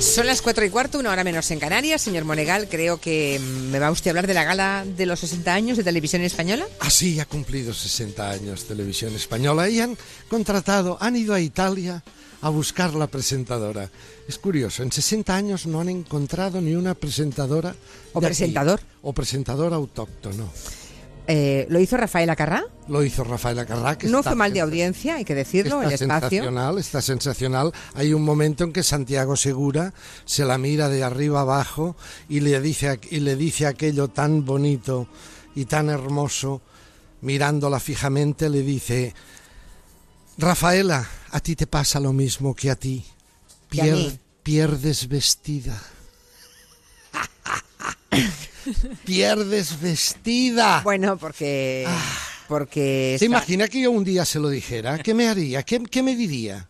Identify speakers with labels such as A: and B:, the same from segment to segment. A: son las cuatro y cuarto, una hora menos en Canarias. Señor Monegal, creo que mm, me va usted a hablar de la gala de los 60 años de Televisión Española.
B: Así ha cumplido 60 años Televisión Española y han contratado, han ido a Italia a buscar la presentadora. Es curioso, en 60 años no han encontrado ni una presentadora.
A: O
B: de
A: presentador.
B: aquí, o presentador autóctono.
A: Eh, ¿Lo hizo Rafael Acarrá?
B: Lo hizo Rafael Acarrá, que
A: No
B: está
A: fue mal de
B: sensacional.
A: audiencia, hay que decirlo, el
B: Está
A: espacio.
B: sensacional, está sensacional. Hay un momento en que Santiago Segura se la mira de arriba abajo y le dice, aqu- y le dice aquello tan bonito y tan hermoso, mirándola fijamente, le dice, Rafaela, a ti te pasa lo mismo que a ti.
A: Que a
B: Pier-
A: mí.
B: Pierdes vestida. pierdes vestida.
A: Bueno, porque.
B: Ah.
A: Porque. está-
B: ¿Se imagina que yo un día se lo dijera? ¿Qué me haría? ¿Qué, qué me diría?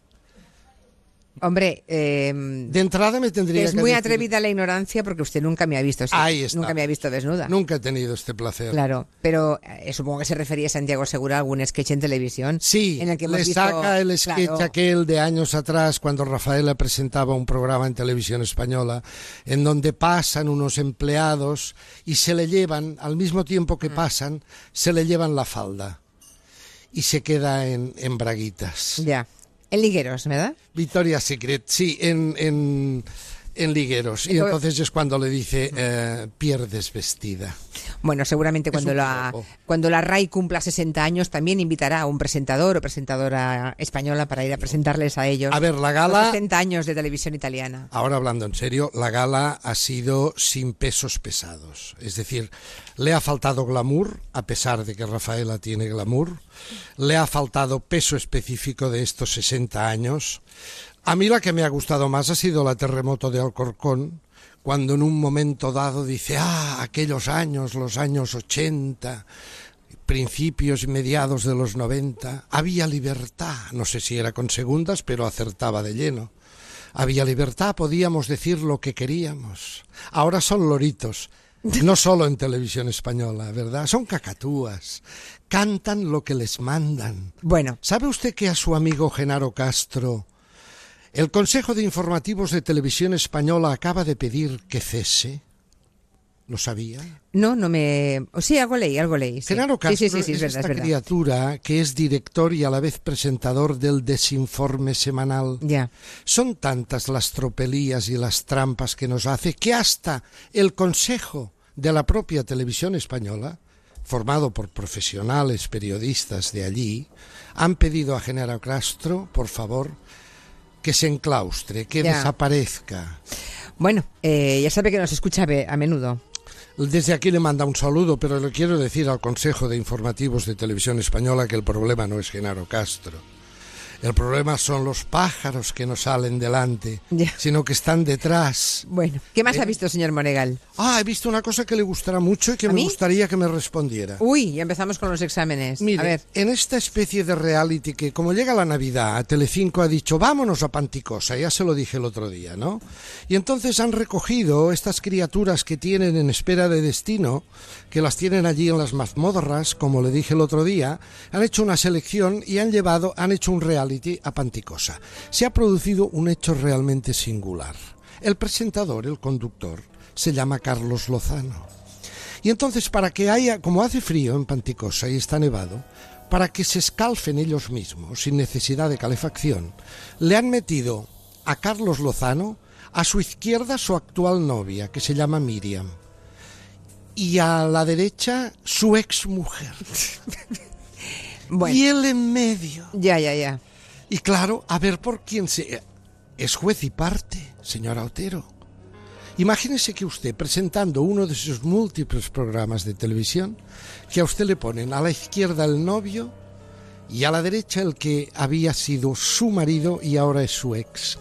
A: Hombre, eh,
B: De entrada me tendría
A: es
B: que
A: muy
B: decir,
A: atrevida la ignorancia porque usted nunca me ha visto así.
B: Ahí está.
A: Nunca me ha visto desnuda.
B: Nunca he tenido este placer.
A: Claro, pero eh, supongo que se refería Santiago Segura a algún sketch en televisión.
B: Sí,
A: en el que hemos
B: le
A: visto-
B: saca el sketch
A: Claro.
B: aquel de años atrás cuando Rafaela presentaba un programa en televisión española en donde pasan unos empleados y se le llevan, al mismo tiempo que pasan, se le llevan la falda y se queda en, en braguitas.
A: Ya. En ligueros, ¿verdad?
B: Victoria Secret, sí, en, en, en ligueros. Y entonces es cuando le dice, eh, pierdes vestida.
A: Bueno, seguramente cuando
B: un oh.
A: la,
B: piropo.
A: cuando la RAI cumpla 60 años también invitará a un presentador o presentadora española para ir a presentarles a ellos.
B: A ver, la
A: Los
B: gala...
A: 60 años de televisión italiana.
B: Ahora hablando en serio, la gala ha sido sin pesos pesados. Es decir, le ha faltado glamour, a pesar de que Rafaela tiene glamour. Le ha faltado peso específico de estos 60 años. A mí la que me ha gustado más ha sido la terremoto de Alcorcón, cuando en un momento dado dice, ah, aquellos años, los años 80, principios y mediados de los 90, había libertad. No sé si era con segundas, pero acertaba de lleno. Había libertad, podíamos decir lo que queríamos. Ahora son loritos, no solo en televisión española, ¿verdad? Son cacatúas, cantan lo que les mandan.
A: Bueno,
B: ¿Sabe usted que a su amigo Genaro Castro el Consejo de Informativos de Televisión Española acaba de pedir que cese? ¿Lo sabía?
A: no, no me... o Sí, algo leí, algo leí. Sí.
B: Genaro
A: Sí,
B: Castro
A: sí, sí, sí,
B: es
A: es verdad,
B: esta
A: es verdad.
B: criatura que es director y a la vez presentador del desinforme semanal.
A: Ya.
B: Son tantas las tropelías y las trampas que nos hace que hasta el Consejo de la propia televisión española, formado por profesionales periodistas de allí, han pedido a Genaro Castro, por favor, que se enclaustre, que
A: Ya.
B: desaparezca.
A: Bueno, eh, ya sabe que nos escucha be- a menudo.
B: Desde aquí le manda un saludo, pero le quiero decir al Consejo de Informativos de Televisión Española que el problema no es Genaro Castro. El problema son los pájaros que no salen delante,
A: Ya.
B: sino que están detrás.
A: Bueno, ¿qué más ha
B: Eh.
A: visto, señor Monegal?
B: Ah, he visto una cosa que le gustará mucho y que
A: ¿A
B: me
A: mí?
B: gustaría que me respondiera.
A: Uy, ya empezamos con los exámenes.
B: Mire,
A: a ver,
B: en esta especie de reality que como llega la Navidad, a Telecinco ha dicho, vámonos a Panticosa, ya se lo dije el otro día, ¿no? Y entonces han recogido estas criaturas que tienen en espera de destino, que las tienen allí en las mazmorras, como le dije el otro día, han hecho una selección y han llevado, han hecho un reality a Panticosa. Se ha producido un hecho realmente singular. El presentador, el conductor, se llama Carlos Lozano. Y entonces, para que haya, como hace frío en Panticosa y está nevado, para que se escalfen ellos mismos sin necesidad de calefacción, le han metido a Carlos Lozano, a su izquierda su actual novia, que se llama Miriam, y a la derecha su ex mujer.
A: bueno.
B: Y él en medio.
A: Ya, ya, ya.
B: Y claro, a ver por quién se... eh, Es juez y parte, señora Otero. Imagínese que usted, presentando uno de sus múltiples programas de televisión, que a usted le ponen a la izquierda el novio y a la derecha el que había sido su marido y ahora es su ex.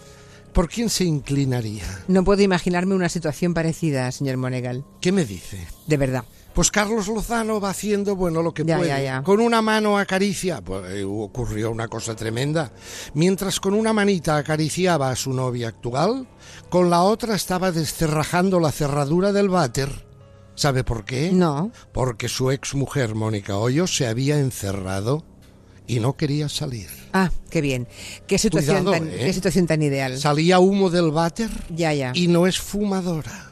B: ¿Por quién se inclinaría?
A: No puedo imaginarme una situación parecida, señor Monegal.
B: ¿Qué me dice?
A: De verdad.
B: Pues Carlos Lozano va haciendo, bueno, lo que
A: Ya,
B: puede.
A: ya, ya.
B: Con una mano acaricia, pues, eh, ocurrió una cosa tremenda. Mientras con una manita acariciaba a su novia actual, con la otra estaba descerrajando la cerradura del váter. ¿Sabe por qué?
A: No.
B: Porque su ex mujer, Mónica Hoyos, se había encerrado y no quería salir.
A: Ah, qué bien. Qué situación,
B: Cuidado,
A: tan,
B: ¿eh?
A: qué situación tan ideal.
B: Salía humo del váter
A: Ya, ya.
B: y no es fumadora.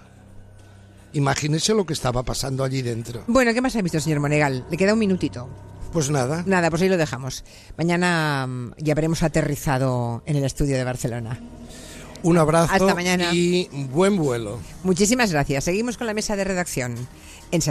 B: Imagínese lo que estaba pasando allí dentro.
A: Bueno, ¿qué más ha visto, señor Monegal? Le queda un minutito.
B: Pues nada,
A: Nada, pues ahí lo dejamos. Mañana mm, ya veremos aterrizado en el estudio de Barcelona.
B: un abrazo
A: Hasta mañana.
B: y buen vuelo.
A: Muchísimas gracias. Seguimos con la mesa de redacción. Enseguida.